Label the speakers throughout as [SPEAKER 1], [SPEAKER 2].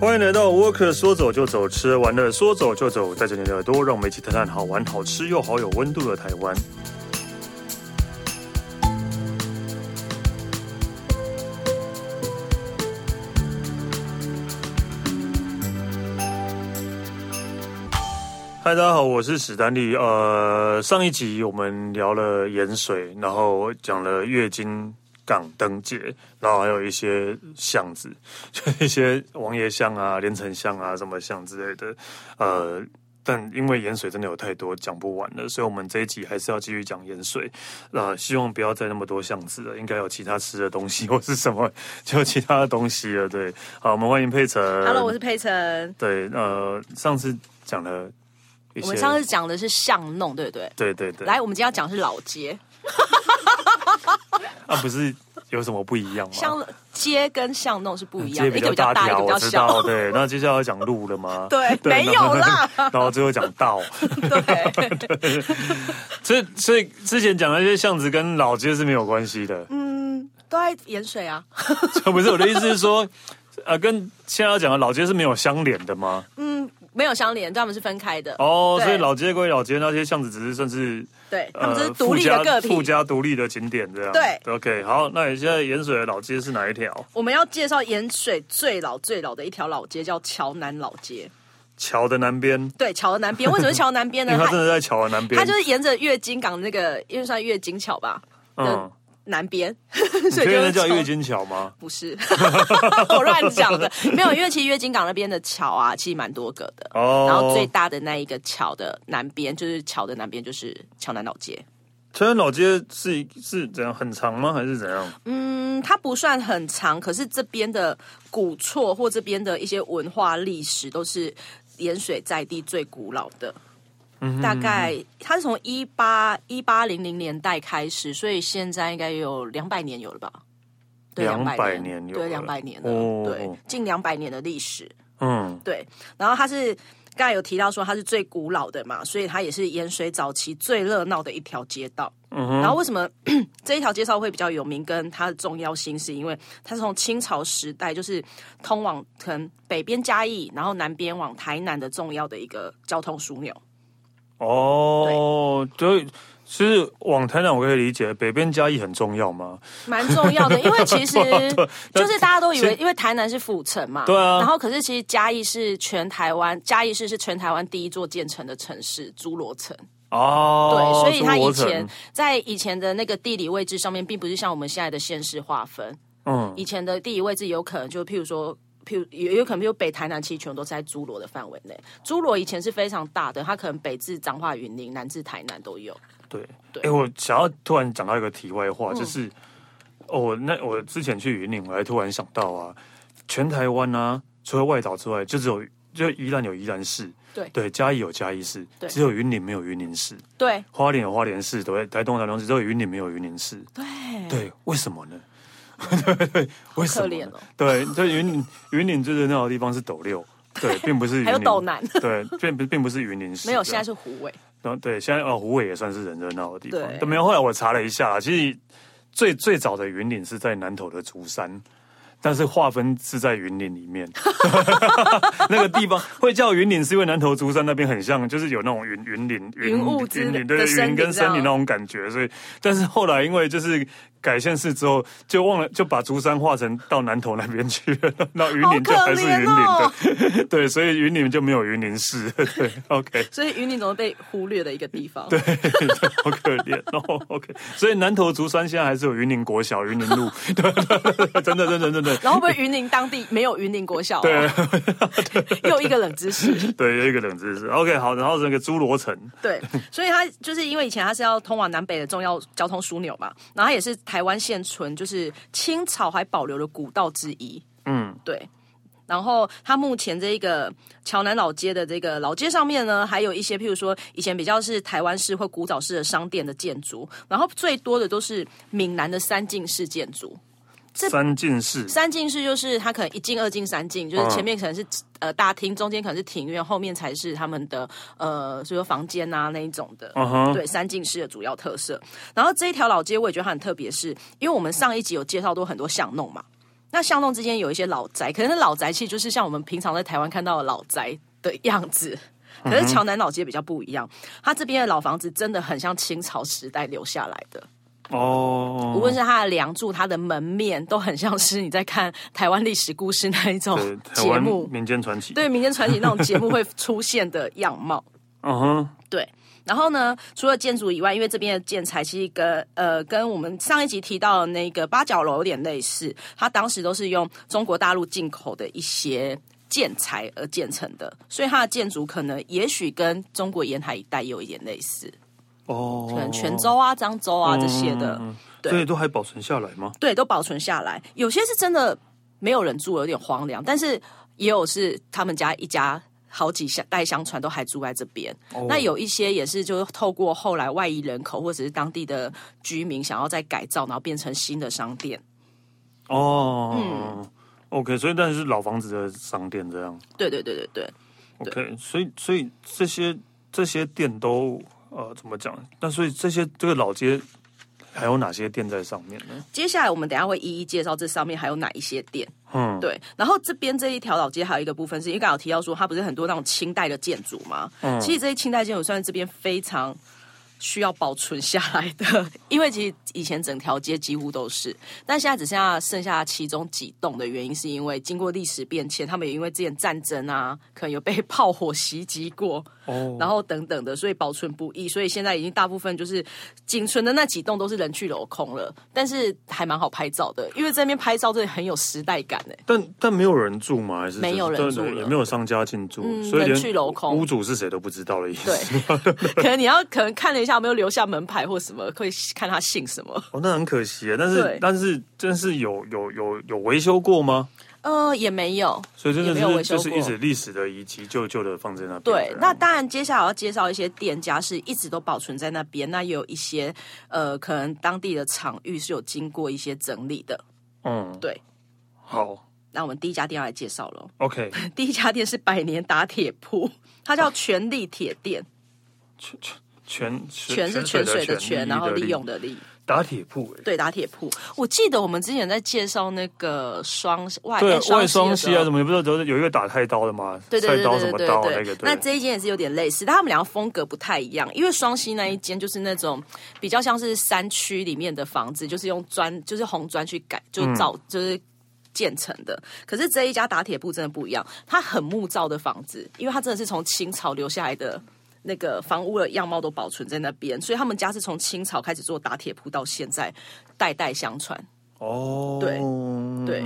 [SPEAKER 1] 欢迎来到 Worker 说走就走，吃完了说走就走，带着你的耳朵，让我们一起探探好玩、好吃又好有温度的台湾。嗨，大家好，我是史丹利。呃，上一集我们聊了盐水，然后讲了月经港灯节，然后还有一些巷子， 就一些王爷巷啊、连城巷啊、什么巷之类的。呃，但因为盐水真的有太多讲不完了，所以我们这一集还是要继续讲盐水。呃，希望不要再那么多巷子了，应该有其他吃的东西或是什么，就其他的东西了。对，好，我们欢迎佩晨。
[SPEAKER 2] Hello，我是佩晨。
[SPEAKER 1] 对，呃，上次讲了一些，
[SPEAKER 2] 我们上次讲的是巷弄，对不对？
[SPEAKER 1] 对对对，
[SPEAKER 2] 来，我们今天要讲的是老街，
[SPEAKER 1] 啊，不是有什么不一样吗？
[SPEAKER 2] 巷街跟巷弄是不一
[SPEAKER 1] 街
[SPEAKER 2] 样的，
[SPEAKER 1] 比
[SPEAKER 2] 一个
[SPEAKER 1] 较
[SPEAKER 2] 比较大，一
[SPEAKER 1] 条，
[SPEAKER 2] 个比较
[SPEAKER 1] 我知道。
[SPEAKER 2] 小。
[SPEAKER 1] 对，那接下来要讲路了吗？
[SPEAKER 2] 对没
[SPEAKER 1] 然后
[SPEAKER 2] 有啦
[SPEAKER 1] 然后最后讲道，
[SPEAKER 2] 对，
[SPEAKER 1] 所以所以之前讲的那些巷子跟老街是没有关系的，
[SPEAKER 2] 嗯都在盐水啊。
[SPEAKER 1] 不是我的意思是说，呃，跟现在要讲的老街是没有相连的吗？
[SPEAKER 2] 嗯，没有相连，他们是分开的。
[SPEAKER 1] 哦，
[SPEAKER 2] 对
[SPEAKER 1] 所以老街归老街，那些巷子只是算是。
[SPEAKER 2] 对，
[SPEAKER 1] 呃
[SPEAKER 2] 他们这是独立的个体。
[SPEAKER 1] 附加独立的景点这样。
[SPEAKER 2] 对
[SPEAKER 1] ，OK，好，那你现在盐水的老街是哪一条？
[SPEAKER 2] 我们要介绍盐水最老最老的一条老街，叫桥南老街。
[SPEAKER 1] 桥的南边，因
[SPEAKER 2] 对，桥的南 边，为什么是桥南边呢
[SPEAKER 1] 为？它真
[SPEAKER 2] 它
[SPEAKER 1] 的在桥的南边。
[SPEAKER 2] 它就是沿着月经港那个，因为算月经桥吧，
[SPEAKER 1] 嗯，
[SPEAKER 2] 南边，
[SPEAKER 1] 所
[SPEAKER 2] 所以
[SPEAKER 1] 以
[SPEAKER 2] 就
[SPEAKER 1] 那
[SPEAKER 2] 是
[SPEAKER 1] 叫
[SPEAKER 2] 桥
[SPEAKER 1] 月经桥吗？
[SPEAKER 2] 不是， 我乱讲的。没有，因为其实月经港那边的桥啊，其实蛮多个的。
[SPEAKER 1] 哦
[SPEAKER 2] 然后最大的那一个桥的南边，就是桥的南边就是桥南老街。
[SPEAKER 1] 桥南老街是是怎样很长吗？还是怎样？
[SPEAKER 2] 嗯，它不算很长，可是这边的古厝或这边的一些文化历史都是盐水在地最古老的。
[SPEAKER 1] 嗯
[SPEAKER 2] 大概它是从一八一八零零年代开始，所以现在应该有两百年有了吧？对，
[SPEAKER 1] 200
[SPEAKER 2] 200
[SPEAKER 1] 年有
[SPEAKER 2] 对，
[SPEAKER 1] 了
[SPEAKER 2] 两百年了，
[SPEAKER 1] 哦
[SPEAKER 2] 对，近两百年的历史。
[SPEAKER 1] 嗯，
[SPEAKER 2] 对，然后它是刚才有提到说它是最古老的嘛，所以它也是盐水早期最热闹的一条街道。
[SPEAKER 1] 嗯
[SPEAKER 2] 然后为什么 这一条街道会比较有名，跟它的重要性，是因为它是从清朝时代就是通往可能北边嘉义，然后南边往台南的重要的一个交通枢纽。
[SPEAKER 1] 哦，所以其实往台南我可以理解，北边嘉义很重要吗？
[SPEAKER 2] 蛮重要的，因为其实
[SPEAKER 1] 那
[SPEAKER 2] 就是大家都以
[SPEAKER 1] 其
[SPEAKER 2] 为，因为台南是府城嘛，
[SPEAKER 1] 对啊
[SPEAKER 2] 然后可是其实嘉义是全台湾，嘉义市是全台湾第一座建成的城市，竹罗城。
[SPEAKER 1] 哦，
[SPEAKER 2] 对，所以它
[SPEAKER 1] 中国
[SPEAKER 2] 以
[SPEAKER 1] 城
[SPEAKER 2] 前在以前的那个地理位置上面，并不是像我们现在的县市划分。
[SPEAKER 1] 嗯
[SPEAKER 2] 以前的地理位置有可能就譬如说，譬如有有可能，譬如北台南，其实全都是在诸罗的范围内。诸罗以前是非常大的，它可能北至彰化、云林，南至台南都有。
[SPEAKER 1] 对，哎、
[SPEAKER 2] 对嗯
[SPEAKER 1] 我想要突然讲到一个题外话，就是哦，那我之前去云岭，我还突然想到啊，全台湾啊，除了外岛之外，就只有就宜兰有宜兰市，
[SPEAKER 2] 对
[SPEAKER 1] 对，嘉义有嘉义市，
[SPEAKER 2] 对
[SPEAKER 1] 只有云岭没有云林市，
[SPEAKER 2] 对
[SPEAKER 1] 花莲有花莲市，对，台东有台东市，只有云林没有云林市，
[SPEAKER 2] 对，
[SPEAKER 1] 对，为什么呢？ 对对，为什么
[SPEAKER 2] 嗯可怜
[SPEAKER 1] 呢？
[SPEAKER 2] 哦
[SPEAKER 1] 对，就云岭云岭最热闹的地方是斗六，对，并不是云
[SPEAKER 2] 还有
[SPEAKER 1] 林
[SPEAKER 2] 斗南
[SPEAKER 1] 对，并不并不是云林市，
[SPEAKER 2] 没有，现在
[SPEAKER 1] 是。
[SPEAKER 2] 是啊虎尾。
[SPEAKER 1] 然后对，现在哦，虎尾也算是人热闹的地方。
[SPEAKER 2] 对
[SPEAKER 1] 但没有，后来我查了一下，其实最最早的云岭是在南投的竹山，但是划分是在云岭里 面。那个地方会叫云岭，是因为南投竹山那边很像，就是有那种云云岭
[SPEAKER 2] 云雾之
[SPEAKER 1] 云岭
[SPEAKER 2] 的
[SPEAKER 1] 对
[SPEAKER 2] 森
[SPEAKER 1] 云
[SPEAKER 2] 林
[SPEAKER 1] 跟森林
[SPEAKER 2] 这样
[SPEAKER 1] 那种感觉。所以，但是后来因为就是改县市之后，就忘了就把竹山划成到南投那边去了，那云岭就还是云岭
[SPEAKER 2] 好哦
[SPEAKER 1] 的。 对，所以云岭就没有云岭市。对，OK。
[SPEAKER 2] 所以云林总是被忽略的一个地方。
[SPEAKER 1] 对， 好可怜哦。OK，所以南投竹山现在还是有云林国小、云林路， 对对对，真的真的真的，
[SPEAKER 2] 然后会不会云林当地没有云林国小、哦？
[SPEAKER 1] 对，
[SPEAKER 2] 又一个冷知识。
[SPEAKER 1] 对，有一个冷知识。OK，好，然后那个侏罗城，
[SPEAKER 2] 对，所以它就是因为以前它是要通往南北的重要交通枢纽嘛，然后它也是台湾现存就是清朝还保留的古道之一。
[SPEAKER 1] 嗯，
[SPEAKER 2] 对。然后它目前这一个桥南老街的这个老街上面呢，还有一些譬如说以前比较是台湾式或古早式的商店的建筑，然后最多的都是闽南的三进式建筑。
[SPEAKER 1] 三进士，
[SPEAKER 2] 三进式就是它可能一进、二进、三进，就是
[SPEAKER 1] 嗯
[SPEAKER 2] 前面可能是、呃大厅，中间可能是庭院，后面才是他们的呃，所有房间啊那一种的。
[SPEAKER 1] 嗯哼，
[SPEAKER 2] 对三进式的主要特色。然后这一条老街，我也觉得它很特别是，因为我们上一集有介绍多很多巷弄嘛，那巷弄之间有一些老宅，可能老宅其实就是像我们平常在台湾看到的老宅的样子。可
[SPEAKER 1] 嗯
[SPEAKER 2] 是桥南老街比较不一样，它这边的老房子真的很像清朝时代留下来的，
[SPEAKER 1] 哦，
[SPEAKER 2] 无论是它的梁柱、它的门面，都很像是你在看台湾历史故事那一种
[SPEAKER 1] 对台
[SPEAKER 2] 节
[SPEAKER 1] 湾
[SPEAKER 2] 目，
[SPEAKER 1] 民间传奇，，
[SPEAKER 2] 对民间传奇那种节目会出现的样貌。
[SPEAKER 1] 嗯哼，
[SPEAKER 2] 对。然后呢，除了建筑以外，因为这边的建材其实跟呃跟我们上一集提到的那个八角楼有点类似，它当时都是用中国大陆进口的一些建材而建成的，所以它的建筑可能也许跟中国沿海一带也有一点类似，
[SPEAKER 1] 哦，
[SPEAKER 2] 可能泉州啊、漳州啊
[SPEAKER 1] 嗯
[SPEAKER 2] 这些的，
[SPEAKER 1] 嗯嗯
[SPEAKER 2] 对
[SPEAKER 1] 所以都还保存下来吗？
[SPEAKER 2] 对，都保存下来。有些是真的没有人住，有点荒凉，但是也有是他们家一家好几下代相传都还住在这边。
[SPEAKER 1] 哦
[SPEAKER 2] 那有一些也是就是透过后来外移人口或者是当地的居民想要再改造，然后变成新的商店。
[SPEAKER 1] 哦，嗯，OK，所以但是老房子的商店这样
[SPEAKER 2] 对对对对对，
[SPEAKER 1] ，OK，所以所以这些这些店都呃怎么讲？那所以这些这个老街还有哪些店在上面呢？
[SPEAKER 2] 接下来我们等一下会一一介绍这上面还有哪一些店。
[SPEAKER 1] 嗯，
[SPEAKER 2] 对，然后这边这一条老街还有一个部分是，因为刚好提到说它不是很多那种清代的建筑嘛，其实这些清代建筑算是这边非常需要保存下来的， 因为其实以前整条街几乎都是，但现在只剩下剩下其中几栋的原因，是因为经过历史变迁，他们也因为之前战争啊，可能有被炮火袭击过，
[SPEAKER 1] 哦，
[SPEAKER 2] 然后等等的，所以保存不易，所以现在已经大部分就是仅存的那几栋都是人去楼空了，但是还蛮好拍照的，因为在那边拍照真的很有时代感哎、
[SPEAKER 1] 但但没有人住吗？还是
[SPEAKER 2] 没有人
[SPEAKER 1] 对
[SPEAKER 2] 住
[SPEAKER 1] 对
[SPEAKER 2] 了嗯
[SPEAKER 1] 也没有商家进驻，所以
[SPEAKER 2] 人
[SPEAKER 1] 连
[SPEAKER 2] 去楼空
[SPEAKER 1] 屋主是谁都不知道的意思。
[SPEAKER 2] 对，可能你要可能看了一下有没有留下门牌或什么，会看他姓什么。
[SPEAKER 1] 哦，那很可惜耶。但是
[SPEAKER 2] 对
[SPEAKER 1] 但是真是有有有有维修过吗？
[SPEAKER 2] 呃，也没有。
[SPEAKER 1] 所以真的
[SPEAKER 2] 也没有
[SPEAKER 1] 是
[SPEAKER 2] 维修
[SPEAKER 1] 就是
[SPEAKER 2] 过
[SPEAKER 1] 一直历史的遗迹，旧旧的放在那边。啊
[SPEAKER 2] 对，
[SPEAKER 1] 这
[SPEAKER 2] 那
[SPEAKER 1] 样
[SPEAKER 2] 当然，接下来要介绍一些店家是一直都保存在那边，那也有一些呃，可能当地的场域是有经过一些整理的。
[SPEAKER 1] 嗯
[SPEAKER 2] 对，
[SPEAKER 1] 好
[SPEAKER 2] 那我们第一家店要来介绍喽。
[SPEAKER 1] ，OK，
[SPEAKER 2] 第一家店是百年打铁铺，它叫全力铁店，
[SPEAKER 1] 全全全
[SPEAKER 2] 全是泉水的泉，然后
[SPEAKER 1] 利益的
[SPEAKER 2] 利
[SPEAKER 1] 利
[SPEAKER 2] 用的利。
[SPEAKER 1] 打铁铺哎，
[SPEAKER 2] 对，打铁 铺。我记得我们之前在介绍那个双外
[SPEAKER 1] 对
[SPEAKER 2] 哎
[SPEAKER 1] 外
[SPEAKER 2] 双
[SPEAKER 1] 双
[SPEAKER 2] 溪
[SPEAKER 1] 溪
[SPEAKER 2] 的时候
[SPEAKER 1] 啊，什么也不知道，都是有一个打太刀的嘛，
[SPEAKER 2] 对对对
[SPEAKER 1] 菜刀什
[SPEAKER 2] 对
[SPEAKER 1] 么
[SPEAKER 2] 对
[SPEAKER 1] 刀
[SPEAKER 2] 对
[SPEAKER 1] 那个，
[SPEAKER 2] 那
[SPEAKER 1] 对，
[SPEAKER 2] 这一间也是有点类似，但他们两个风格不太一样。因为双溪那一间就是那种比较像是山区里面的房子，就是用砖，就是红砖去改，就
[SPEAKER 1] 嗯
[SPEAKER 2] 造、就是建成的。可是这一家打铁铺真的不一样，它很木造的房子，因为它真的是从清朝留下来的。那个房屋的样貌都保存在那边，所以他们家是从清朝开始做打铁铺到现在，代代相传。
[SPEAKER 1] 哦，
[SPEAKER 2] 对对，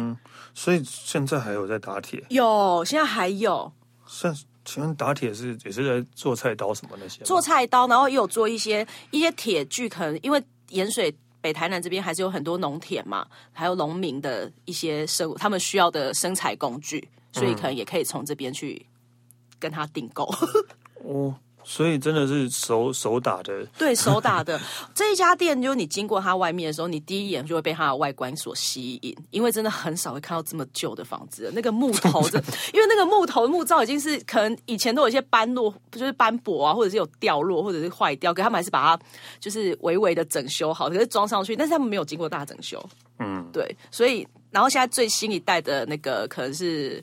[SPEAKER 1] 所以现在还有在打铁，
[SPEAKER 2] 有，现在还有，
[SPEAKER 1] 像请问打铁是也是在做菜刀什么那些吗？
[SPEAKER 2] 做菜刀，然后也有做一些一些铁具，可能因为盐水北台南这边还是有很多农铁嘛，还有农民的一些生他们需要的生产工具，所
[SPEAKER 1] 嗯
[SPEAKER 2] 以可能也可以从这边去跟他订购。
[SPEAKER 1] 哦，所以真的是手手打的，
[SPEAKER 2] 对手打的 这一家店，就是你经过它外面的时候，你第一眼就会被它的外观所吸引，因为真的很少会看到这么旧的房子了。那个木头的，因为那个木头木造已经是可能以前都有一些斑落，就是斑驳啊，或者是有掉落，或者是坏掉，可他们还是把它就是微微的整修好，可是装上去，但是他们没有经过大整修。
[SPEAKER 1] 嗯，
[SPEAKER 2] 对，所以然后现在最新一代的那个可能是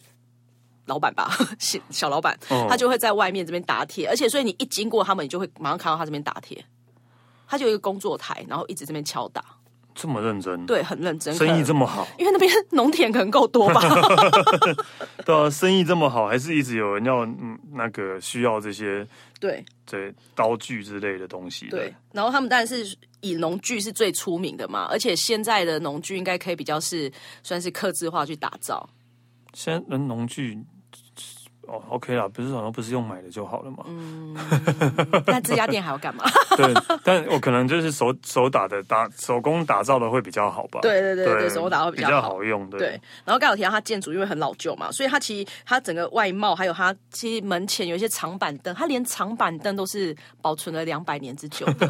[SPEAKER 2] 老板吧，小小老板，
[SPEAKER 1] 哦
[SPEAKER 2] 他就会在外面这边打铁，而且所以你一经过他们，你就会马上看到他这边打铁。他就有一个工作台，然后一直这边敲打，
[SPEAKER 1] 这么认真，，
[SPEAKER 2] 对，很认真。
[SPEAKER 1] 生意
[SPEAKER 2] 可
[SPEAKER 1] 这么好，
[SPEAKER 2] 能因为那边农田可能够 多吧，
[SPEAKER 1] 对啊，生意这么好，还是一直有人要嗯那个需要这些
[SPEAKER 2] 对
[SPEAKER 1] 这刀具之类的东西的，
[SPEAKER 2] 对。然后他们当然是以农具是最出名的嘛，而且现在的农具应该可以比较是算是刻字化去打造，
[SPEAKER 1] 现在人农具哦，OK 啦，不是好像不是用买的就好了
[SPEAKER 2] 嗯
[SPEAKER 1] 嘛。
[SPEAKER 2] 那这家店还要干嘛？
[SPEAKER 1] 对，但我可能就是手手打的打手工打造的会比较好吧。
[SPEAKER 2] 对对对对手工打造
[SPEAKER 1] 比
[SPEAKER 2] 比较好
[SPEAKER 1] 好用的。
[SPEAKER 2] 对，，然后刚好提到它建筑因为很老旧嘛，所以它其实它整个外貌还有它其实门前有一些长板凳，它连长板凳都是保存了两百年之久 的，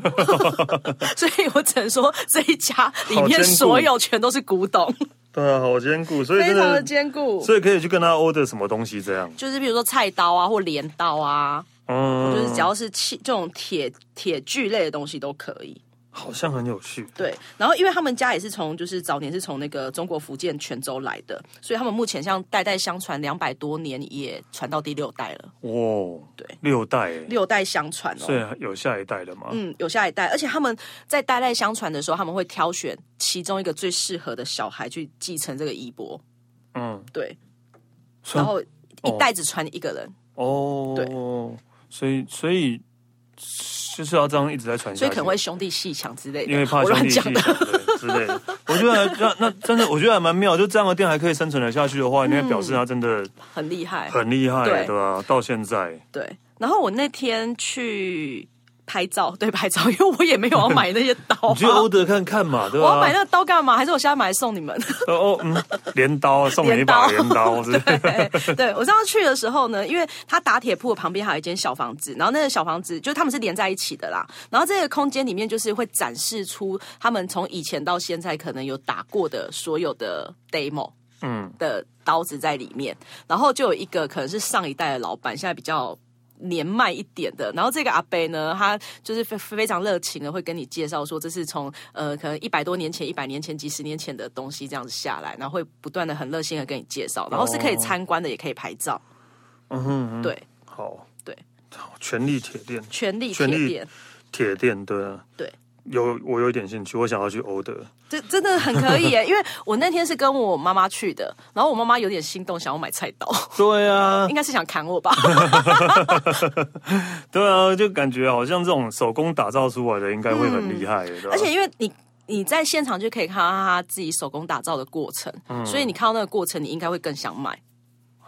[SPEAKER 2] 所以我只能说这一家里
[SPEAKER 1] 好坚
[SPEAKER 2] 面
[SPEAKER 1] 固
[SPEAKER 2] 所有全都是古董，
[SPEAKER 1] 对啊，好坚固，所以
[SPEAKER 2] 非
[SPEAKER 1] 真
[SPEAKER 2] 常的
[SPEAKER 1] 的，
[SPEAKER 2] 坚固。
[SPEAKER 1] 所以可以去跟他 order 什么东西这样。
[SPEAKER 2] 就是比如说菜刀啊或镰刀啊，
[SPEAKER 1] 嗯，
[SPEAKER 2] 就是只要是器这种铁铁具类的东西都可以。
[SPEAKER 1] 好像很有趣。
[SPEAKER 2] 对，然后因为他们家也是从就是早年是从那个中国福建泉州来的，所以他们目前像代代相传两百多年，也传到第六代了，
[SPEAKER 1] 哇、
[SPEAKER 2] 对，
[SPEAKER 1] 六代哎，
[SPEAKER 2] 六代相传哦。
[SPEAKER 1] 所以有下一代的嘛？
[SPEAKER 2] 嗯，有下一代，而且他们在代代相传的时候，他们会挑选其中一个最适合的小孩去继承这个衣钵，
[SPEAKER 1] 嗯，
[SPEAKER 2] 对，
[SPEAKER 1] 所以
[SPEAKER 2] 然后一代只传一个人，
[SPEAKER 1] 哦，
[SPEAKER 2] 对，
[SPEAKER 1] 所以所以就是要这样一直在传下去，
[SPEAKER 2] 所以可能会兄弟戏强之类的。
[SPEAKER 1] 因为怕
[SPEAKER 2] 我
[SPEAKER 1] 兄
[SPEAKER 2] 乱
[SPEAKER 1] 弟戏
[SPEAKER 2] 讲的，
[SPEAKER 1] 对之类的。我觉得那那真的，我觉得还蛮妙，就这样的店还可以生存得下去的 话，
[SPEAKER 2] 嗯
[SPEAKER 1] 那表示它真的
[SPEAKER 2] 很厉害。
[SPEAKER 1] 很厉害，
[SPEAKER 2] 对
[SPEAKER 1] 对吧、到现在，
[SPEAKER 2] 对，然后我那天去拍照，对，拍照，因为我也没有要买那些刀、啊
[SPEAKER 1] 你去。欧德看看嘛，对啊
[SPEAKER 2] 我要
[SPEAKER 1] 吧、
[SPEAKER 2] 买那个刀干嘛？还是我现在买来送你们？
[SPEAKER 1] 哦 哦，嗯，镰刀送你一把
[SPEAKER 2] 镰
[SPEAKER 1] 镰 刀，是不是
[SPEAKER 2] 对对，我上次去的时候呢，因为它打铁铺的旁边还有一间小房子，然后那个小房子就他们是连在一起的啦。然后这个空间里面就是会展示出他们从以前到现在可能有打过的所有的 demo，
[SPEAKER 1] 嗯，
[SPEAKER 2] 的刀子在里面，然后就有一个可能是上一代的老板，现在比较。年迈一点的，然后这个阿伯呢，他就是非非常热情的，会跟你介绍说，这是从呃可能一百多年前、一百年前、几十年前的东西这样子下来，然后会不断的很热心的跟你介绍，然后是可以参观的，也可以拍照。
[SPEAKER 1] 哦嗯哼嗯哼，
[SPEAKER 2] 对，
[SPEAKER 1] 好，
[SPEAKER 2] 对，
[SPEAKER 1] 好，全力铁店，
[SPEAKER 2] 权力铁
[SPEAKER 1] 权力
[SPEAKER 2] 店，
[SPEAKER 1] 铁店，对啊，
[SPEAKER 2] 对。
[SPEAKER 1] 有我有点兴趣，我想要去欧德。
[SPEAKER 2] 这真的很可 以耶，因为我那天是跟我妈妈去的，然后我妈妈有点心动，想要买菜刀，
[SPEAKER 1] 对啊，
[SPEAKER 2] 应该是想砍 我吧。
[SPEAKER 1] 对啊，就感觉好像这种手工打造出来的应该会很厉害、对吧
[SPEAKER 2] 嗯而且因为你你在现场就可以看到他自己手工打造的过程，所以你看到那个过程，你应该会更想买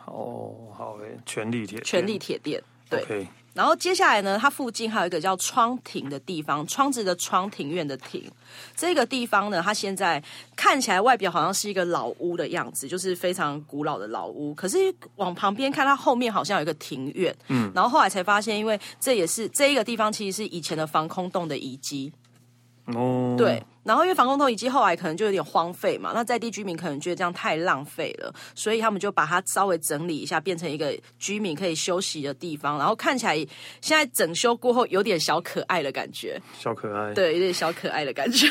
[SPEAKER 1] 哦，好诶、全力铁店，
[SPEAKER 2] 全力铁店。对
[SPEAKER 1] o k
[SPEAKER 2] 然后接下来呢，它附近还有一个叫窗庭的地方，窗子的窗，庭院的庭。这个地方呢，它现在看起来外表好像是一个老屋的样子，就是非常古老的老屋。可是往旁边看，它后面好像有一个庭院。嗯，然后后来才发现，因为这也是这一个地方其实是以前的防空洞的遗迹。
[SPEAKER 1] 哦，
[SPEAKER 2] 对，然后因为防空洞遗迹后来可能就有点荒废嘛，那在地居民可能觉得这样太浪费了，所以他们就把它稍微整理一下，变成一个居民可以休息的地方。然后看起来现在整修过后有点小可爱的感觉，
[SPEAKER 1] 小可爱。
[SPEAKER 2] 对，有点小可爱的感觉。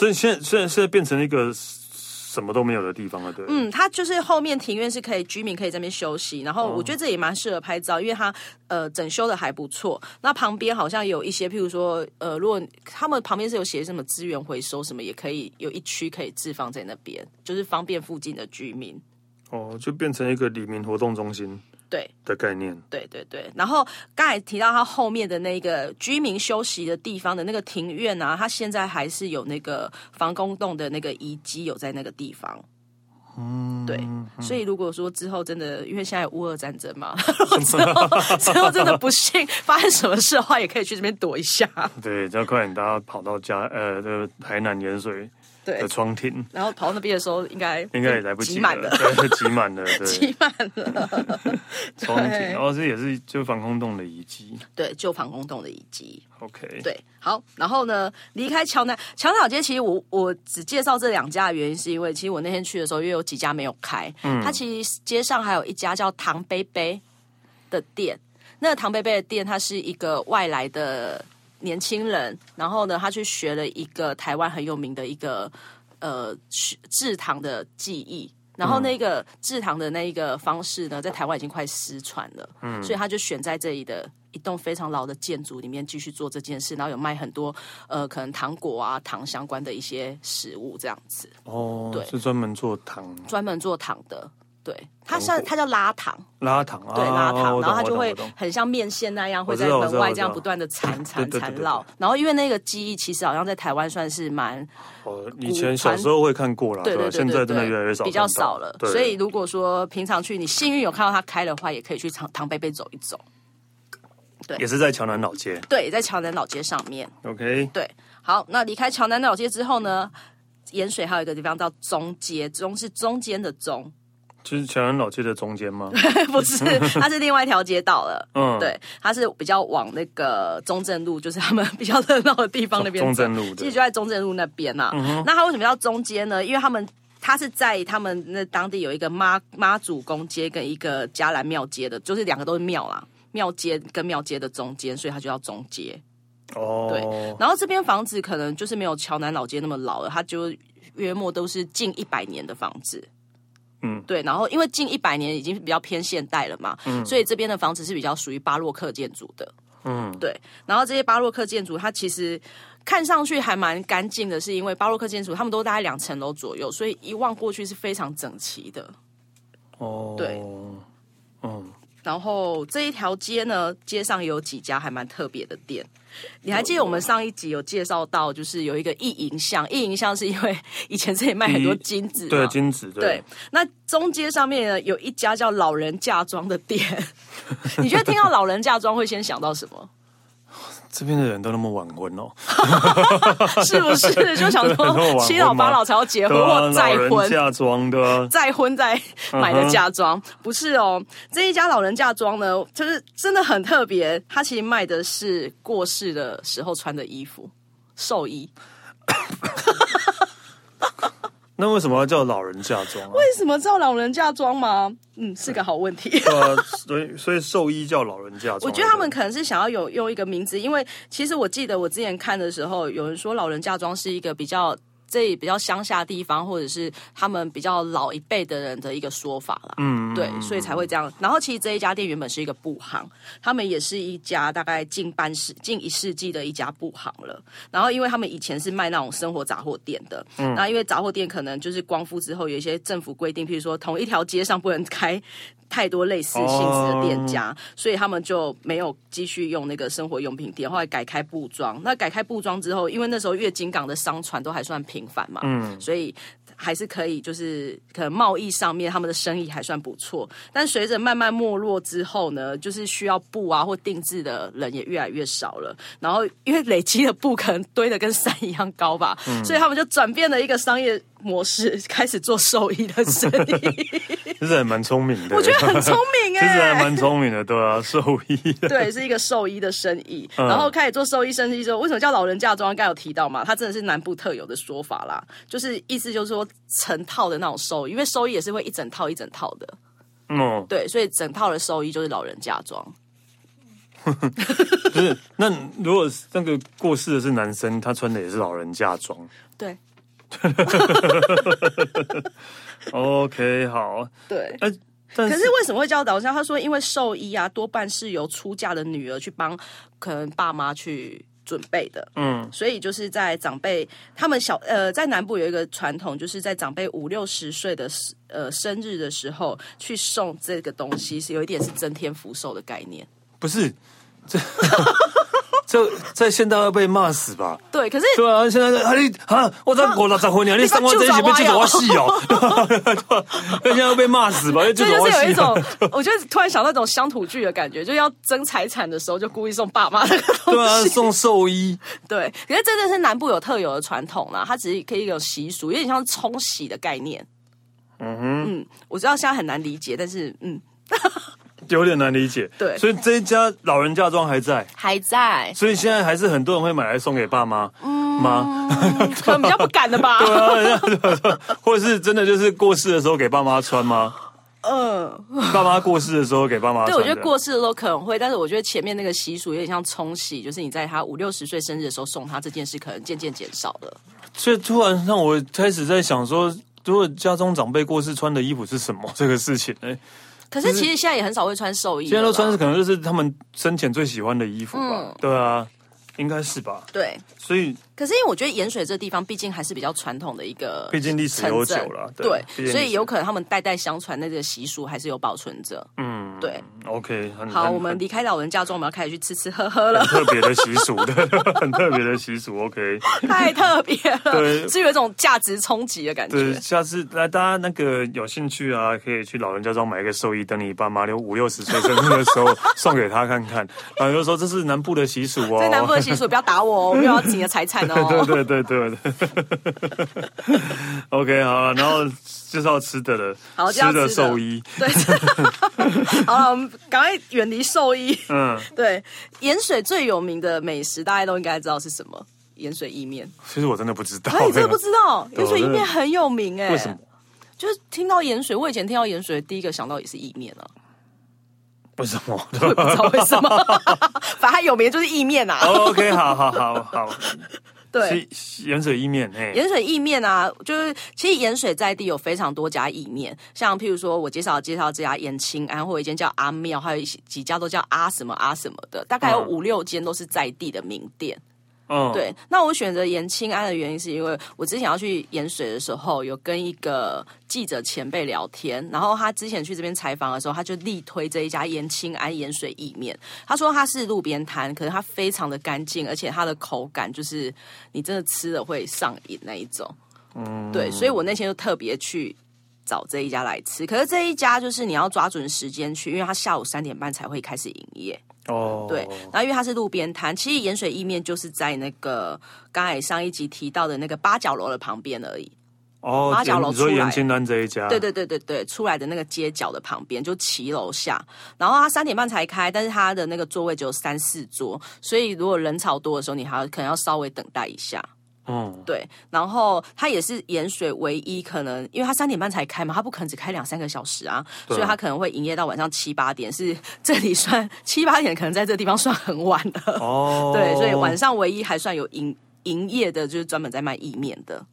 [SPEAKER 1] 所以现在现在现在变成一个什么都没有的地方了，对。嗯，
[SPEAKER 2] 嗯，它就是后面庭院是可以居民可以在那边休息，然后我觉得这也蛮适合拍照，因为它呃整修的还不错。那旁边好像有一些，譬如说呃，如果他们旁边是有写什么资源回收什么，也可以有一区可以置放在那边，就是方便附近的居民。
[SPEAKER 1] 哦，就变成一个里民活动中心
[SPEAKER 2] 对
[SPEAKER 1] 的概念。
[SPEAKER 2] 对对对，然后刚才提到它后面的那个居民休息的地方的那个庭院啊，它现在还是有那个防空洞的那个遗迹有在那个地方。
[SPEAKER 1] 嗯，
[SPEAKER 2] 对所以如果说之后真的，因为现在有乌俄战争嘛，之后 之后真的不幸发生什么事的话，也可以去这边躲一下。
[SPEAKER 1] 对，要快点，大家跑到家呃，这个台南盐水
[SPEAKER 2] 对
[SPEAKER 1] 的，窗厅，
[SPEAKER 2] 然后跑到那边的时候，应该
[SPEAKER 1] 应该也来不及
[SPEAKER 2] 挤
[SPEAKER 1] 了，
[SPEAKER 2] 满了，
[SPEAKER 1] 对， 挤满了，对，
[SPEAKER 2] 挤满了。
[SPEAKER 1] 窗厅，
[SPEAKER 2] 对
[SPEAKER 1] 然后这也是就防空洞的遗迹。
[SPEAKER 2] 对，旧防空洞的遗迹。
[SPEAKER 1] OK，
[SPEAKER 2] 对，好，然后呢，离开桥南桥南老街，其实我我只介绍这两家的原因，是因为其实我那天去的时候，因为有几家没有开，它其实街上还有一家叫唐贝贝的店，那个唐贝贝的店，它是一个外来的年轻人，然后呢，他去学了一个台湾很有名的一个呃学制糖的技艺。
[SPEAKER 1] 嗯
[SPEAKER 2] 然后那个制糖的那一个方式呢，在台湾已经快失传了，
[SPEAKER 1] 嗯
[SPEAKER 2] 所以他就选在这里的一栋非常老的建筑里面继续做这件事，然后有卖很多呃可能糖果啊糖相关的一些食物这样子，
[SPEAKER 1] 哦
[SPEAKER 2] 对，
[SPEAKER 1] 是专门做糖
[SPEAKER 2] 专门做糖的。对，它
[SPEAKER 1] 糖
[SPEAKER 2] 像
[SPEAKER 1] 果
[SPEAKER 2] 它叫拉糖，
[SPEAKER 1] 拉糖哦啊，
[SPEAKER 2] 对拉糖，
[SPEAKER 1] 我
[SPEAKER 2] 然
[SPEAKER 1] 懂
[SPEAKER 2] 后它就
[SPEAKER 1] 我
[SPEAKER 2] 会
[SPEAKER 1] 懂我懂
[SPEAKER 2] 很像面线那样，会
[SPEAKER 1] 我
[SPEAKER 2] 在
[SPEAKER 1] 知道我
[SPEAKER 2] 门
[SPEAKER 1] 知道
[SPEAKER 2] 外
[SPEAKER 1] 我
[SPEAKER 2] 这样
[SPEAKER 1] 知道
[SPEAKER 2] 不 断的缠缠
[SPEAKER 1] 对对对
[SPEAKER 2] 缠
[SPEAKER 1] 对对
[SPEAKER 2] 绕。然后因为那个记忆其实好像在台湾算是蛮
[SPEAKER 1] 哦，以前小时候会看过啦，
[SPEAKER 2] 对
[SPEAKER 1] 吧
[SPEAKER 2] 对对
[SPEAKER 1] 现在真的
[SPEAKER 2] 对
[SPEAKER 1] 越来越少看到，
[SPEAKER 2] 比较少了。
[SPEAKER 1] 对
[SPEAKER 2] 所以如果说平常去你幸运有看到它开的话，也可以去唐唐贝贝走一走。
[SPEAKER 1] 也是在桥南老街。
[SPEAKER 2] 对，在桥南老街上面。
[SPEAKER 1] OK，
[SPEAKER 2] 对，好，那离开桥南老街之后呢，盐水还有一个地方叫中街，中是中间的中，
[SPEAKER 1] 就是桥南老街的中间吗？
[SPEAKER 2] 不 是，它是另外一条街道了。
[SPEAKER 1] 嗯，
[SPEAKER 2] 对，它是比较往那个中正路，就是他们比较热闹的地方那边走。
[SPEAKER 1] 中正路
[SPEAKER 2] 其实
[SPEAKER 1] 对嗯
[SPEAKER 2] 就在中正路那边呐、啊。那它为什么叫中街呢？因为他们。它是在他们那当地有一个妈妈祖宫街跟一个迦兰庙街的，就是两个都是庙啦，庙街跟庙街的中间，所以它就叫中街。
[SPEAKER 1] 哦，
[SPEAKER 2] 对，然后这边房子可能就是没有桥南老街那么老了，它就约莫都是近一百年的房子。
[SPEAKER 1] 嗯，
[SPEAKER 2] 对，然后因为近一百年已经是比较偏现代了嘛，所以这边的房子是比较属于巴洛克建筑的。
[SPEAKER 1] 嗯，
[SPEAKER 2] 对，然后这些巴洛克建筑，它其实看上去还蛮干净的，是因为巴洛克建筑他们都大概两层楼左右，所以一望过去是非常整齐的。
[SPEAKER 1] 哦，
[SPEAKER 2] 对，
[SPEAKER 1] 嗯，
[SPEAKER 2] 然后这一条街呢，街上有几家还蛮特别的店。你还记得我们上一集有介绍到，就是有一个意银巷，意银巷是因为以前这里卖很多金子嘛，
[SPEAKER 1] 对，金子，
[SPEAKER 2] 对，那中街上面呢有一家叫老人嫁妆的店， 你觉得听到老人嫁妆会先想到什么？
[SPEAKER 1] 这边的人都那么晚婚哦，
[SPEAKER 2] 是不是？就想
[SPEAKER 1] 对那么晚婚
[SPEAKER 2] 说七老
[SPEAKER 1] 吗
[SPEAKER 2] 八老才要结婚
[SPEAKER 1] 对啊，
[SPEAKER 2] 或再
[SPEAKER 1] 老人
[SPEAKER 2] 婚，
[SPEAKER 1] 嫁妆对啊，
[SPEAKER 2] 再婚再
[SPEAKER 1] 嗯
[SPEAKER 2] 买的
[SPEAKER 1] 哼
[SPEAKER 2] 嫁妆，不是哦。这一家老人嫁妆呢，就是真的很特别，它其实卖的是过世的时候穿的衣服。寿衣
[SPEAKER 1] 那为什么要叫老人嫁妆啊？
[SPEAKER 2] 为什么叫老人嫁妆吗？嗯，是个好问题。
[SPEAKER 1] 对啊，所以所以兽医叫老人嫁妆。
[SPEAKER 2] 我觉得他们可能是想要有用一个名字，因为其实我记得我之前看的时候，有人说老人嫁妆是一个比较这比较乡下地方，或者是他们比较老一辈的人的一个说法啦。
[SPEAKER 1] 嗯，
[SPEAKER 2] 对，所以才会这样。然后其实这一家店原本是一个布行，他们也是一家大概近半世、近一世纪的一家布行了。然后因为他们以前是卖那种生活杂货店的，嗯，那因为杂货店可能就是光复之后有一些政府规定，譬如说同一条街上不能开。太多类似性质的店家，
[SPEAKER 1] 嗯
[SPEAKER 2] 所以他们就没有继续用那个生活用品店，后来改开布庄。那改开布庄之后，因为那时候月经港的商船都还算频繁嘛，嗯，所以还是可以，就是可能贸易上面他们的生意还算不错，但随着慢慢没落之后呢，就是需要布啊或定制的人也越来越少了。然后因为累积的布可能堆的跟山一样高吧，
[SPEAKER 1] 嗯
[SPEAKER 2] 所以他们就转变了一个商业模式，开始做兽医的 生意。
[SPEAKER 1] 其实还蛮聪明的。
[SPEAKER 2] 我觉得很聪 明
[SPEAKER 1] 其实还
[SPEAKER 2] 哎、
[SPEAKER 1] 蛮聪明的，对啊， 兽医。
[SPEAKER 2] 对，是一个兽医的生意，然后开始做兽医生意之后，为什么叫老人嫁妆？刚才有提到嘛，它真的是南部特有的说法啦，就是意思就是说成套的那种兽医，因为兽医也是会一整套一整套的，
[SPEAKER 1] 嗯，
[SPEAKER 2] 对，所以整套的兽医就是老人嫁妆。
[SPEAKER 1] 不是。那如果那个过世的是男生，他穿的也是老人嫁妆。
[SPEAKER 2] 对
[SPEAKER 1] OK，好。
[SPEAKER 2] 对。
[SPEAKER 1] 哎、但
[SPEAKER 2] 可
[SPEAKER 1] 是
[SPEAKER 2] 是为什么会叫老人家？他说，因为兽医啊，多半是由出嫁的女儿去帮可能爸妈去准备的，
[SPEAKER 1] 嗯，
[SPEAKER 2] 所以就是在长辈他们小呃，在南部有一个传统，就是在长辈五六十岁的时呃生日的时候去送这个东西，是有一点是增添福寿的概念。
[SPEAKER 1] 不是 这这在现代会被骂死吧？
[SPEAKER 2] 对，可是
[SPEAKER 1] 对啊，现在啊你啊，我才我六十岁呢，你三观在一起被剧组我戏哦， 对啊，那现在会被骂死 吧？
[SPEAKER 2] 这
[SPEAKER 1] 剧组
[SPEAKER 2] 就
[SPEAKER 1] 我
[SPEAKER 2] 是有一
[SPEAKER 1] 戏
[SPEAKER 2] 种
[SPEAKER 1] 哦。，
[SPEAKER 2] 我就突然想到那种乡土剧的感觉，就是要争财产的时候就故意送爸妈那个东西。
[SPEAKER 1] 对啊，送寿衣，
[SPEAKER 2] 对，可是真的是南部有特有的传统啦，它只是可以有习俗，有点像冲洗的概念。嗯哼，嗯，我知道现在很难理解，但是嗯，
[SPEAKER 1] 有点难理解。
[SPEAKER 2] 对
[SPEAKER 1] 所以这一家老人嫁妆还在，
[SPEAKER 2] 还在，
[SPEAKER 1] 所以现在还是很多人会买来送给爸妈、妈，
[SPEAKER 2] 可能比较不敢的吧。
[SPEAKER 1] 啊或者是真的就是过世的时候给爸妈穿 吗？
[SPEAKER 2] 嗯，
[SPEAKER 1] 爸妈过世的时候给爸妈穿
[SPEAKER 2] 对，
[SPEAKER 1] 的。
[SPEAKER 2] 我觉得过世的时候可能会，但是我觉得前面那个习俗有点像冲洗，就是你在他五六十岁生日的时候送他这件事，可能渐渐减少了。
[SPEAKER 1] 所以突然让我开始在想说，如果家中长辈过世穿的衣服是什么这个事情呢？
[SPEAKER 2] 可是其实现在也很少会穿寿衣了
[SPEAKER 1] 现
[SPEAKER 2] 啦，
[SPEAKER 1] 在都穿的可能就是他们生前最喜欢的衣服吧？
[SPEAKER 2] 嗯
[SPEAKER 1] 对啊，应该是吧。
[SPEAKER 2] 对。
[SPEAKER 1] 所以
[SPEAKER 2] 可是因为我觉得盐水这地方毕竟还是比较传统的一个城镇，
[SPEAKER 1] 毕竟历史悠久啦对
[SPEAKER 2] 对
[SPEAKER 1] 毕竟历，史
[SPEAKER 2] 所以有可能他们代代相传那个习俗还是有保存着。
[SPEAKER 1] 嗯，
[SPEAKER 2] 对
[SPEAKER 1] ，OK，很
[SPEAKER 2] 好，
[SPEAKER 1] 很
[SPEAKER 2] 我们离开老人嫁妆，我们要开始去吃吃喝喝了
[SPEAKER 1] 很，特别的习俗的，对很特别的习俗。OK，
[SPEAKER 2] 太特别了，
[SPEAKER 1] 对
[SPEAKER 2] 是有一种价值冲击的感
[SPEAKER 1] 对，
[SPEAKER 2] 觉。
[SPEAKER 1] 下次来大家那个有兴趣啊，可以去老人家庄买一个寿衣，等你爸妈六五六十岁生日的时候送给他看 看。然后就说这是南部的习俗哦，
[SPEAKER 2] 在南部的习俗，不要打我哦，我没有要你的财产
[SPEAKER 1] 对
[SPEAKER 2] 哦。
[SPEAKER 1] 对对对对。OK，好了，然后就是要吃的了，
[SPEAKER 2] 好就要
[SPEAKER 1] 吃的
[SPEAKER 2] 吃的
[SPEAKER 1] 寿衣，
[SPEAKER 2] 对， 好了，我们赶快远离 兽医。
[SPEAKER 1] 嗯，
[SPEAKER 2] 对，盐水最有名的美食，大家都应该知道是什么？盐水意面。
[SPEAKER 1] 其实我真的不知道，
[SPEAKER 2] 啊，你真的不知道？
[SPEAKER 1] 对
[SPEAKER 2] 盐水意
[SPEAKER 1] 我真
[SPEAKER 2] 面
[SPEAKER 1] 的
[SPEAKER 2] 很有名哎、
[SPEAKER 1] 为什么？
[SPEAKER 2] 就是听到盐水，我以前听到盐水，第一个想到也是意面啊。
[SPEAKER 1] 为什么？
[SPEAKER 2] 我 也不知道为 什么，反正它有名就是意面啊。
[SPEAKER 1] 哦 OK，好好好好，
[SPEAKER 2] 对，
[SPEAKER 1] 是盐水意面，哎嘿，
[SPEAKER 2] 盐水意面啊，就是其实盐水在地有非常多家意面，像譬如说我介绍介绍这家盐青安，或有一间叫阿庙，还有一些几家都叫阿什么阿什么的，大概有
[SPEAKER 1] 嗯
[SPEAKER 2] 五六间都是在地的名店。
[SPEAKER 1] 嗯，，
[SPEAKER 2] 对，那我选择延青安的原因是因为我之前要去盐水的时候，有跟一个记者前辈聊天，然后他之前去这边采访的时候，他就力推这一家延青安盐水意面。他说它是路边摊，可是它非常的干净，而且它的口感就是你真的吃了会上瘾那一种。嗯，对，所以我那天就特别去。找这一家来吃，可是这一家就是你要抓准时间去，因为它下午三点半才会开始营业。
[SPEAKER 1] 哦，
[SPEAKER 2] 对，然后因为它是路边摊，其实盐水意面就是在那个刚才上一集提到的那个八角楼的旁边而已。
[SPEAKER 1] 哦，
[SPEAKER 2] 八角楼
[SPEAKER 1] 你说
[SPEAKER 2] 出来
[SPEAKER 1] 盐青丹这一家，
[SPEAKER 2] 对对对对对，出来的那个街角的旁边，就骑楼下。然后它三点半才开，但是它的那个座位只有三四桌，所以如果人潮多的时候，你还要可能要稍微等待一下。
[SPEAKER 1] 嗯，
[SPEAKER 2] 对，然后它也是盐水唯一可能，因为它三点半才开嘛，它不可能只开两三个小时啊，
[SPEAKER 1] 对啊
[SPEAKER 2] 所以它可能会营业到晚上七八点，是这里算七八点，可能在这个地方算很晚的。
[SPEAKER 1] 哦，
[SPEAKER 2] 对，所以晚上唯一还算有营营业的，就是专门在卖意面的。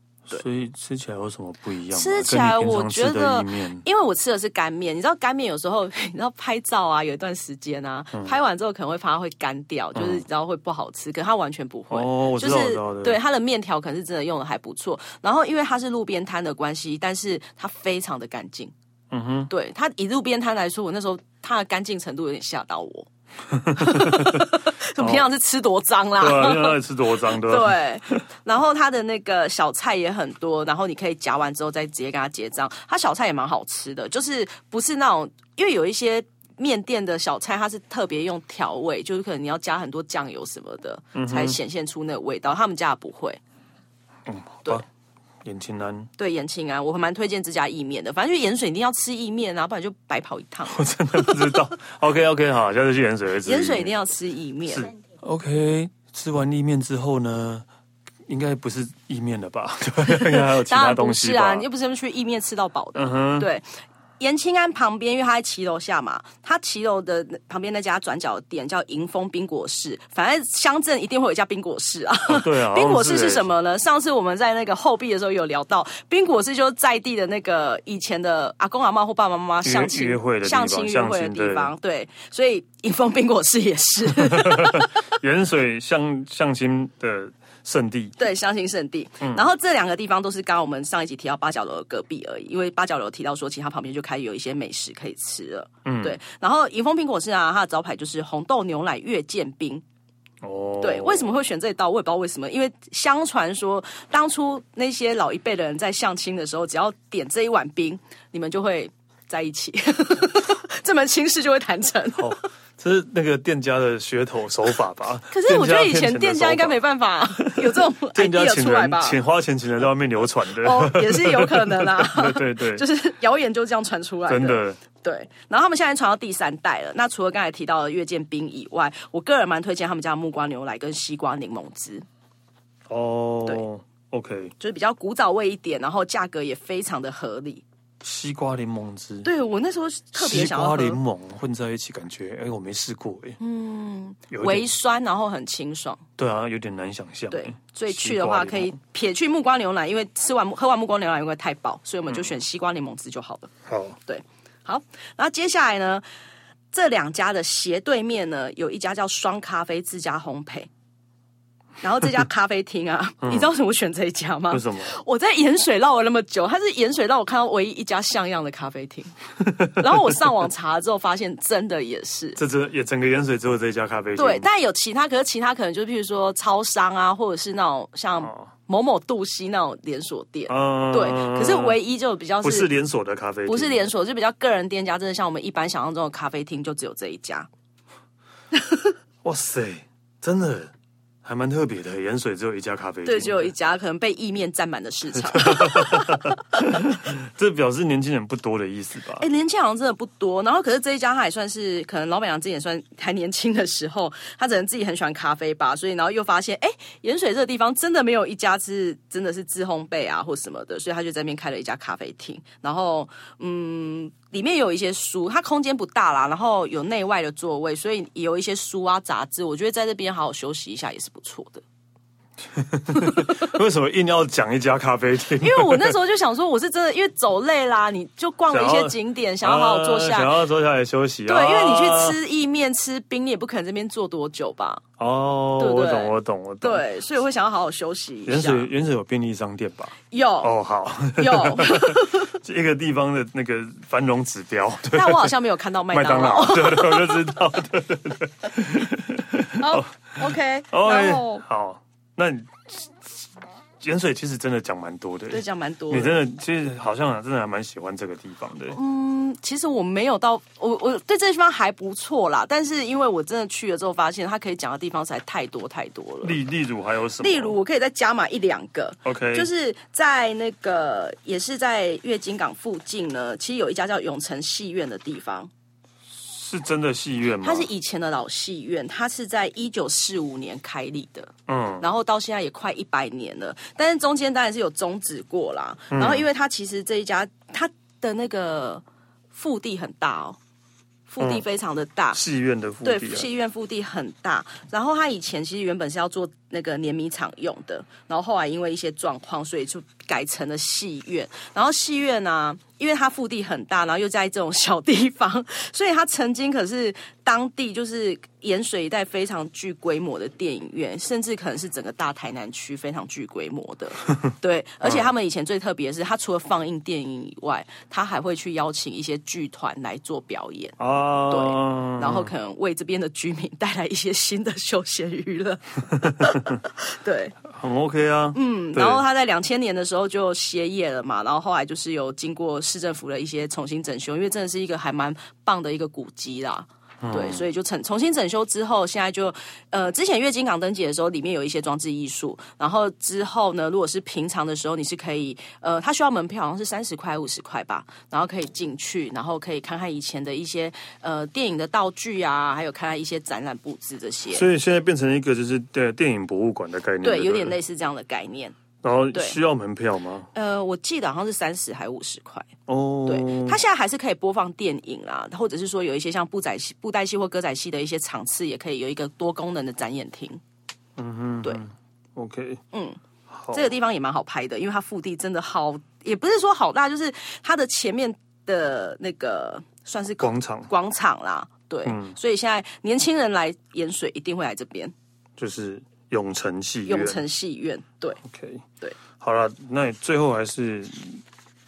[SPEAKER 1] 所以吃起来有什么不一样吗？
[SPEAKER 2] 吃起来
[SPEAKER 1] 跟你平
[SPEAKER 2] 我
[SPEAKER 1] 常
[SPEAKER 2] 觉
[SPEAKER 1] 吃
[SPEAKER 2] 得
[SPEAKER 1] 的意 面，
[SPEAKER 2] 因为我吃的是干面，你知道干面有时候 你知道拍照啊，有一段时间啊，
[SPEAKER 1] 嗯
[SPEAKER 2] 拍完之后可能会怕它会干掉，就是你知道会不好吃，可它完全不会。
[SPEAKER 1] 哦，我
[SPEAKER 2] 就
[SPEAKER 1] 知道，我
[SPEAKER 2] 是
[SPEAKER 1] 知道的，
[SPEAKER 2] 对，它的面条可能是真的用的还不错，然后因为它是路边摊的关系，但是它非常的干净。
[SPEAKER 1] 嗯哼，
[SPEAKER 2] 对它以路边摊来说，我那时候它的干净程度有点吓到 我。 就平常是吃多脏啦，
[SPEAKER 1] 对啊，因为那吃多脏，对吧？
[SPEAKER 2] 对，然后它的那个小菜也很多，然后你可以夹完之后再直接跟他结账。它小菜也蛮好吃的，就是不是那种，因为有一些面店的小菜它是特别用调味，就是可能你要加很多酱油什么的，
[SPEAKER 1] 嗯
[SPEAKER 2] 才显现出那个味道。他们家的不会。对
[SPEAKER 1] 嗯好吧盐青丹，
[SPEAKER 2] 对延庆啊，我还蛮推荐这家意面的。反正就盐水一定要吃意面啊，不然就白跑一趟。
[SPEAKER 1] 我真的不知 道。OK OK，好，下次去盐水会吃意面。
[SPEAKER 2] 盐水一定要吃意面，
[SPEAKER 1] OK，吃完意面之后呢，应该不是意面了吧？ 对，应该还有其
[SPEAKER 2] 当
[SPEAKER 1] 他
[SPEAKER 2] 然不
[SPEAKER 1] 东西
[SPEAKER 2] 是
[SPEAKER 1] 吧？
[SPEAKER 2] 啊，你又不是去意面吃到饱的。
[SPEAKER 1] 嗯哼，
[SPEAKER 2] 对，延庆安旁边，因为他在骑楼下嘛，他骑楼的那旁边那家转角店叫迎风冰果室，反正乡镇一定会有一家冰果室啊。
[SPEAKER 1] 哦对啊，
[SPEAKER 2] 冰果
[SPEAKER 1] 好
[SPEAKER 2] 室
[SPEAKER 1] 像
[SPEAKER 2] 是什？ 么呢？上次我们在那个后壁的时候有聊到，冰果室就是在地的那个以前的阿公阿妈或爸爸妈妈相亲
[SPEAKER 1] 约会的地方
[SPEAKER 2] 相亲约会的
[SPEAKER 1] 相亲
[SPEAKER 2] 地方，对，所以迎风冰果室也是
[SPEAKER 1] 盐水相相亲的圣地。
[SPEAKER 2] 对相亲圣地。
[SPEAKER 1] 嗯
[SPEAKER 2] 然后这两个地方都是刚刚我们上一集提到八角楼的隔壁而已，因为八角楼提到说，其实它旁边就开始有一些美食可以吃了。
[SPEAKER 1] 嗯，
[SPEAKER 2] 对，然后迎风苹果是啊，它的招牌就是红豆牛奶月见冰。
[SPEAKER 1] 哦，
[SPEAKER 2] 对，为什么会选这一道？我也不知道为什么，因为相传说当初那些老一辈的人在相亲的时候，只要点这一碗冰，你们就会在一起， 这门亲事就会谈成。
[SPEAKER 1] 哦，这是那个店家的噱头手法吧？
[SPEAKER 2] 可是我觉得以前
[SPEAKER 1] 骗钱的
[SPEAKER 2] 店家应该
[SPEAKER 1] 手法
[SPEAKER 2] 没办法、有这种
[SPEAKER 1] 店家
[SPEAKER 2] idea
[SPEAKER 1] 请
[SPEAKER 2] 出来
[SPEAKER 1] 人
[SPEAKER 2] 吧？
[SPEAKER 1] 请花钱请人在外面流传的。
[SPEAKER 2] 哦，也是有可能啊。
[SPEAKER 1] 对对对，
[SPEAKER 2] 就是谣言就这样传出来
[SPEAKER 1] 真的
[SPEAKER 2] 对，然后他们现在传到第三代了。那除了刚才提到的月见冰以外，我个人蛮推荐他们家的木瓜牛奶跟西瓜柠檬汁，
[SPEAKER 1] 哦。OK，
[SPEAKER 2] 就是比较古早味一点，然后价格也非常的合理。
[SPEAKER 1] 西瓜柠檬汁，
[SPEAKER 2] 对我那时候特别
[SPEAKER 1] 西
[SPEAKER 2] 想要
[SPEAKER 1] 瓜柠
[SPEAKER 2] 喝
[SPEAKER 1] 檬混在一起，感觉哎，我没试过哎，嗯，有一点
[SPEAKER 2] 微酸，然后很清爽。
[SPEAKER 1] 对啊，有点难想象。
[SPEAKER 2] 对
[SPEAKER 1] 欸，
[SPEAKER 2] 所以去的话可以撇去木瓜牛奶，因为吃完喝完木瓜牛奶会太饱，所以
[SPEAKER 1] 嗯
[SPEAKER 2] 我们就选西瓜柠檬汁就好了。
[SPEAKER 1] 好
[SPEAKER 2] 好，然后接下来呢，这两家的斜对面呢，有一家叫双咖啡自家烘焙。然后这家咖啡厅 啊，你知道为什么我选这一家吗
[SPEAKER 1] 嗯为？什么？
[SPEAKER 2] 我在盐水绕了那么久，它是盐水绕我看到唯一一家像样的咖啡 厅。然后我上网查了之后，发现真的也是。
[SPEAKER 1] 这这也整个盐水只有这一家咖啡厅。
[SPEAKER 2] 对，但有其他，可是其他可能就譬如说超商啊，或者是那种像某某杜西那种连锁店。
[SPEAKER 1] 哦嗯
[SPEAKER 2] 对，可是唯一就比较
[SPEAKER 1] 不是连锁的咖啡厅，
[SPEAKER 2] 不是连锁，就比较个人店家，真的像我们一般想象中的咖啡厅，就只有这一家。
[SPEAKER 1] 哇塞，真的还蛮特别的。盐水只有一家咖啡厅，
[SPEAKER 2] 对，只有一家，可能被意面占满的市场。
[SPEAKER 1] 这表示年轻人不多的意思吧
[SPEAKER 2] 哎、？年轻好像真的不多。然后，可是这一家他也算是，可能老板娘自己也算还年轻的时候，他可能自己很喜欢咖啡吧，所以然后又发现，哎、盐水这个地方真的没有一家是真的是自烘焙啊或什么的，所以他就在那边开了一家咖啡厅。然后，嗯，里面有一些书，它空间不大啦，然后有内外的座位，所以有一些书啊、杂志，我觉得在这边好好休息一下也是不错的。
[SPEAKER 1] 为什么硬要讲一家咖啡厅？
[SPEAKER 2] 因为我那时候就想说，我是真的因为走累啦，你就逛了一些景点， 想要好好坐
[SPEAKER 1] 呃
[SPEAKER 2] 下。
[SPEAKER 1] 想要坐下来休息。
[SPEAKER 2] 对，
[SPEAKER 1] 啊
[SPEAKER 2] 因为你去吃意面、吃冰，你也不可能这边坐多久吧？
[SPEAKER 1] 哦，
[SPEAKER 2] 对不
[SPEAKER 1] 我
[SPEAKER 2] 对
[SPEAKER 1] 懂，我懂，我懂。，
[SPEAKER 2] 对，啊所以我会想要好好休息一
[SPEAKER 1] 原
[SPEAKER 2] 下。
[SPEAKER 1] 水原水有便利商店吧？
[SPEAKER 2] 有、
[SPEAKER 1] 哦，好，
[SPEAKER 2] 有，
[SPEAKER 1] 一个地方的那个繁荣指标，对，
[SPEAKER 2] 但我好像没有看到麦
[SPEAKER 1] 麦当
[SPEAKER 2] 当劳。
[SPEAKER 1] 劳， 对对，我就知道。
[SPEAKER 2] 哦 OK，
[SPEAKER 1] 哦，
[SPEAKER 2] 然
[SPEAKER 1] 哎
[SPEAKER 2] 后
[SPEAKER 1] 好，那你盐水其实真的讲蛮多的，
[SPEAKER 2] 对讲蛮多
[SPEAKER 1] 你
[SPEAKER 2] 的。
[SPEAKER 1] 真的其实好像真的还蛮喜欢这个地方的。
[SPEAKER 2] 嗯，其实我没有到，我我对这地方还不错啦，但是因为我真的去了之后，发现它可以讲的地方实在太多太多了。
[SPEAKER 1] 例例如还有什么？
[SPEAKER 2] 例如，我可以再加码一两个。
[SPEAKER 1] ，OK，
[SPEAKER 2] 就是在那个也是在月经港附近呢，其实有一家叫永城戏院的地方，
[SPEAKER 1] 是真的戏院吗？
[SPEAKER 2] 它是以前的老戏院，它是在一九四五年开立的，
[SPEAKER 1] 嗯，
[SPEAKER 2] 然后到现在也快一百年了，但是中间当然是有终止过啦。
[SPEAKER 1] 嗯
[SPEAKER 2] 然后因为它其实这一家它的那个腹地很大哦，腹地
[SPEAKER 1] 嗯
[SPEAKER 2] 非常的大，
[SPEAKER 1] 戏院的腹
[SPEAKER 2] 对，
[SPEAKER 1] 地啊。
[SPEAKER 2] 戏院腹地很大。然后他以前其实原本是要做那个碾米厂用的，然后后来因为一些状况，所以就改成了戏院。然后戏院呢、因为它腹地很大，然后又在这种 小地方，所以它曾经可是当地就是盐水一带非常具规模的电影院，甚至可能是整个大台南区非常具规模 的。
[SPEAKER 1] 嗯
[SPEAKER 2] 对，而且他们以前最特别的是，他除了放映电影以外，他还会去邀请一些剧团来做表演。
[SPEAKER 1] 啊，
[SPEAKER 2] 对然后可能为这边的居民带来一些新的休闲娱乐。对，
[SPEAKER 1] 很 OK 啊，嗯
[SPEAKER 2] 嗯然后他在两千年的时候就歇业了嘛，然后后来就是有经过市政府的一些重新整修，因为真的是一个还蛮棒的一个古迹啦。
[SPEAKER 1] 嗯
[SPEAKER 2] 对，所以就重重新整修之后，现在就呃，之前月经港登记的时候，里面有一些装置艺术，然后之后呢，如果是平常的时候，你是可以呃，它需要门票，好像是三十块、五十块吧，然后可以进去，然后可以看看以前的一些呃电影的道具啊，还有看看一些展览布置这些，
[SPEAKER 1] 所以现在变成一个就是对电影博物馆的概念，
[SPEAKER 2] 对，
[SPEAKER 1] 不
[SPEAKER 2] 有点类似这样的概念。
[SPEAKER 1] 然后
[SPEAKER 2] 对
[SPEAKER 1] 需要门票吗？
[SPEAKER 2] 呃，我记得好像是三十还五十块。
[SPEAKER 1] 哦，
[SPEAKER 2] 对，它现在还是可以播放电影啦，或者是说有一些像布仔戏、布袋戏或歌仔戏的一些场次，也可以有一个多功能的展演厅。嗯哼，对，
[SPEAKER 1] OK，
[SPEAKER 2] 嗯，
[SPEAKER 1] 好
[SPEAKER 2] 这个地方也蛮好拍的，因为它腹地真的好，也不是说好大，就是它的前面的那个算是
[SPEAKER 1] 广嗯场
[SPEAKER 2] 广场啦。对，所以现在年轻人来盐水一定会来这边
[SPEAKER 1] 就是永城戏院，
[SPEAKER 2] 永城戏院。对，
[SPEAKER 1] OK，
[SPEAKER 2] 对，
[SPEAKER 1] 好了，那你最后还是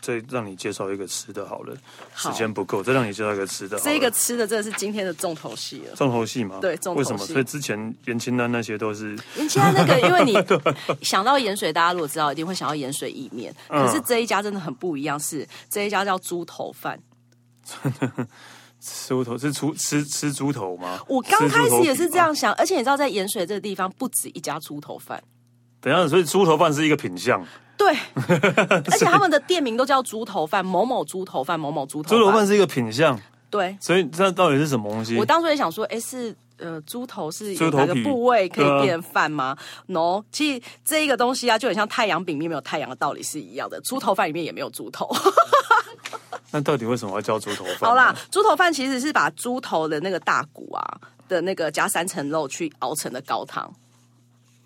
[SPEAKER 1] 再让你介绍一个吃的好了，时
[SPEAKER 2] 好
[SPEAKER 1] 间不够，再让你介绍一个吃的好了。
[SPEAKER 2] 这个吃的真的是今天的重头戏了。
[SPEAKER 1] 重头戏吗？
[SPEAKER 2] 对重头
[SPEAKER 1] 为
[SPEAKER 2] 戏
[SPEAKER 1] 什么？所以之前袁清丹那些都是
[SPEAKER 2] 你现在那个，因为
[SPEAKER 1] 啊
[SPEAKER 2] 你想到盐水，大家如果知道，一定会想到盐水意面。
[SPEAKER 1] 嗯
[SPEAKER 2] 可是这一家真的很不一样，是这一家叫猪头饭。
[SPEAKER 1] 猪头，是猪吃吃猪头吗？
[SPEAKER 2] 我刚开始也
[SPEAKER 1] 吃猪
[SPEAKER 2] 是这
[SPEAKER 1] 头皮吗。啊哦
[SPEAKER 2] 样想，而且你知道，在盐水这个地方不止一家猪头饭，
[SPEAKER 1] 等一下，所以猪头饭是一个品相，
[SPEAKER 2] 对，而且他们的店名都叫猪头饭，某某猪头饭，某某猪头
[SPEAKER 1] 猪头
[SPEAKER 2] 饭。
[SPEAKER 1] 饭是一个品相，
[SPEAKER 2] 对，
[SPEAKER 1] 所以这到底是什么东西
[SPEAKER 2] 我？当初也想说，哎，是呃，猪头是
[SPEAKER 1] 猪
[SPEAKER 2] 有
[SPEAKER 1] 头
[SPEAKER 2] 哪个
[SPEAKER 1] 皮
[SPEAKER 2] 部位可
[SPEAKER 1] 对啊
[SPEAKER 2] 以变饭吗、n o 其实这一个东西啊，就很像太阳饼里面没有太阳的道理是一样的，猪头饭里面也没有猪头。
[SPEAKER 1] 那到底为什么要叫猪头饭？
[SPEAKER 2] 好啦，，猪头饭其实是把猪头的那个大骨啊的那个加三层肉去熬成的高汤，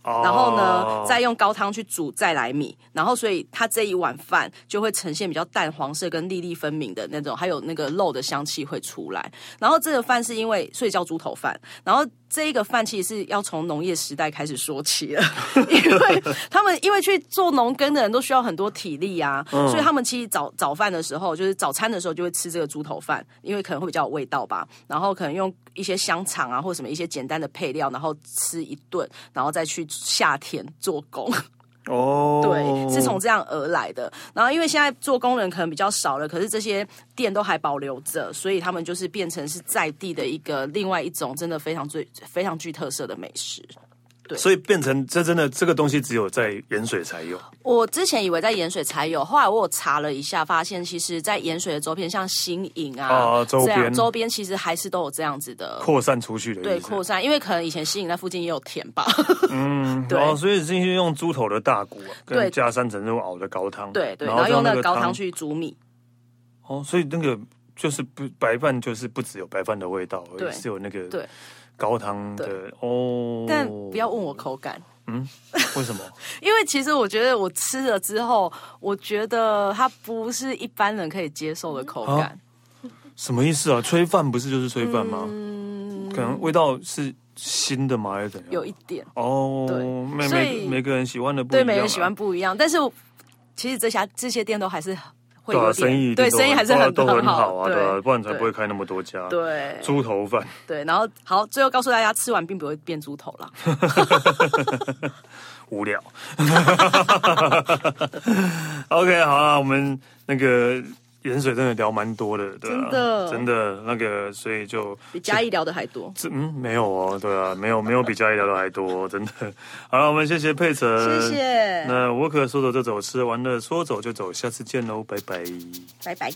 [SPEAKER 1] 哦
[SPEAKER 2] 然后呢再用高汤去煮再来米，然后所以它这一碗饭就会呈现比较淡黄色跟粒粒分明的那种，还有那个肉的香气会出来。然后这个饭是因为所以叫猪头饭，然后。这一个饭其实是要从农业时代开始说起了， 因为 他们因为去做农耕的人都需要很多体力啊，所以他们其实早早饭的时候，就是早餐的时候就会吃这个猪头饭，因为可能会比较有味道吧。然后可能用一些香肠啊，或什么一些简单的配料，然后吃一顿，然后再去下田做工。
[SPEAKER 1] 哦，
[SPEAKER 2] 对，是从这样而来的。然后因为现在做工人可能比较少了，可是这些店都还保留着，所以他们就是变成是在地的一个另外一种真的非常最非常具特色的美食。
[SPEAKER 1] 所以变成这真的这个东西只有在盐水才有。
[SPEAKER 2] 我之前以为在盐水才有，后来我有查了一下，发现其实在盐水的周边，像新营啊、
[SPEAKER 1] 哦周
[SPEAKER 2] 这样
[SPEAKER 1] 边
[SPEAKER 2] 周边其实还是都有这样子的。
[SPEAKER 1] 扩散出去的意思
[SPEAKER 2] 对扩散，因为可能以前新营那附近也有田吧。 对
[SPEAKER 1] 哦，所以是用猪头的大骨、啊，跟
[SPEAKER 2] 对
[SPEAKER 1] 加三层肉熬的高汤，
[SPEAKER 2] 对对，
[SPEAKER 1] 然
[SPEAKER 2] 然后
[SPEAKER 1] 后
[SPEAKER 2] 用
[SPEAKER 1] 用
[SPEAKER 2] 那
[SPEAKER 1] 那
[SPEAKER 2] 个
[SPEAKER 1] 个
[SPEAKER 2] 高汤
[SPEAKER 1] 汤
[SPEAKER 2] 去煮米，
[SPEAKER 1] 哦，所以那个就是不白饭就是不只有白饭的味道，而
[SPEAKER 2] 对
[SPEAKER 1] 是有那个
[SPEAKER 2] 对，
[SPEAKER 1] 高汤的哦。
[SPEAKER 2] 但不要问我口感，
[SPEAKER 1] 为什么，
[SPEAKER 2] 因为其实我觉得我吃了之后，我觉得它不是一般人可以接受的口
[SPEAKER 1] 啊
[SPEAKER 2] 感。
[SPEAKER 1] 什么意思啊？炊饭不是就是炊饭吗？
[SPEAKER 2] 嗯
[SPEAKER 1] 可能味道是新的吗？还是怎样？
[SPEAKER 2] 有一点，
[SPEAKER 1] 哦，
[SPEAKER 2] 对
[SPEAKER 1] 每
[SPEAKER 2] 所
[SPEAKER 1] 每
[SPEAKER 2] 以
[SPEAKER 1] 每个人喜欢的不一
[SPEAKER 2] 对
[SPEAKER 1] 样啊、
[SPEAKER 2] 每个人喜欢不一样，但是其实这家这些店都还是会
[SPEAKER 1] 对
[SPEAKER 2] 有
[SPEAKER 1] 啊，
[SPEAKER 2] 点
[SPEAKER 1] 生意一定
[SPEAKER 2] 对
[SPEAKER 1] 都
[SPEAKER 2] 生意还是很
[SPEAKER 1] 都很好
[SPEAKER 2] 好
[SPEAKER 1] 啊，对啊，不然才不会开那么多家。
[SPEAKER 2] 对
[SPEAKER 1] 猪头饭，
[SPEAKER 2] 对，然后好，最后告诉大家，吃完并不会变猪头啦。
[SPEAKER 1] 无聊。OK，好啊，我们那个盐水真的聊蛮多的，对啊
[SPEAKER 2] 真的
[SPEAKER 1] 真的那个，所以就
[SPEAKER 2] 比嘉义聊的还多，
[SPEAKER 1] 这嗯没有哦，对啊，没有没有比嘉义聊的还多，真的。好了，我们谢谢佩晨，
[SPEAKER 2] 谢。谢，
[SPEAKER 1] 那我可说走就走，吃完了说走就走，下次见喽，拜拜。
[SPEAKER 2] 拜拜。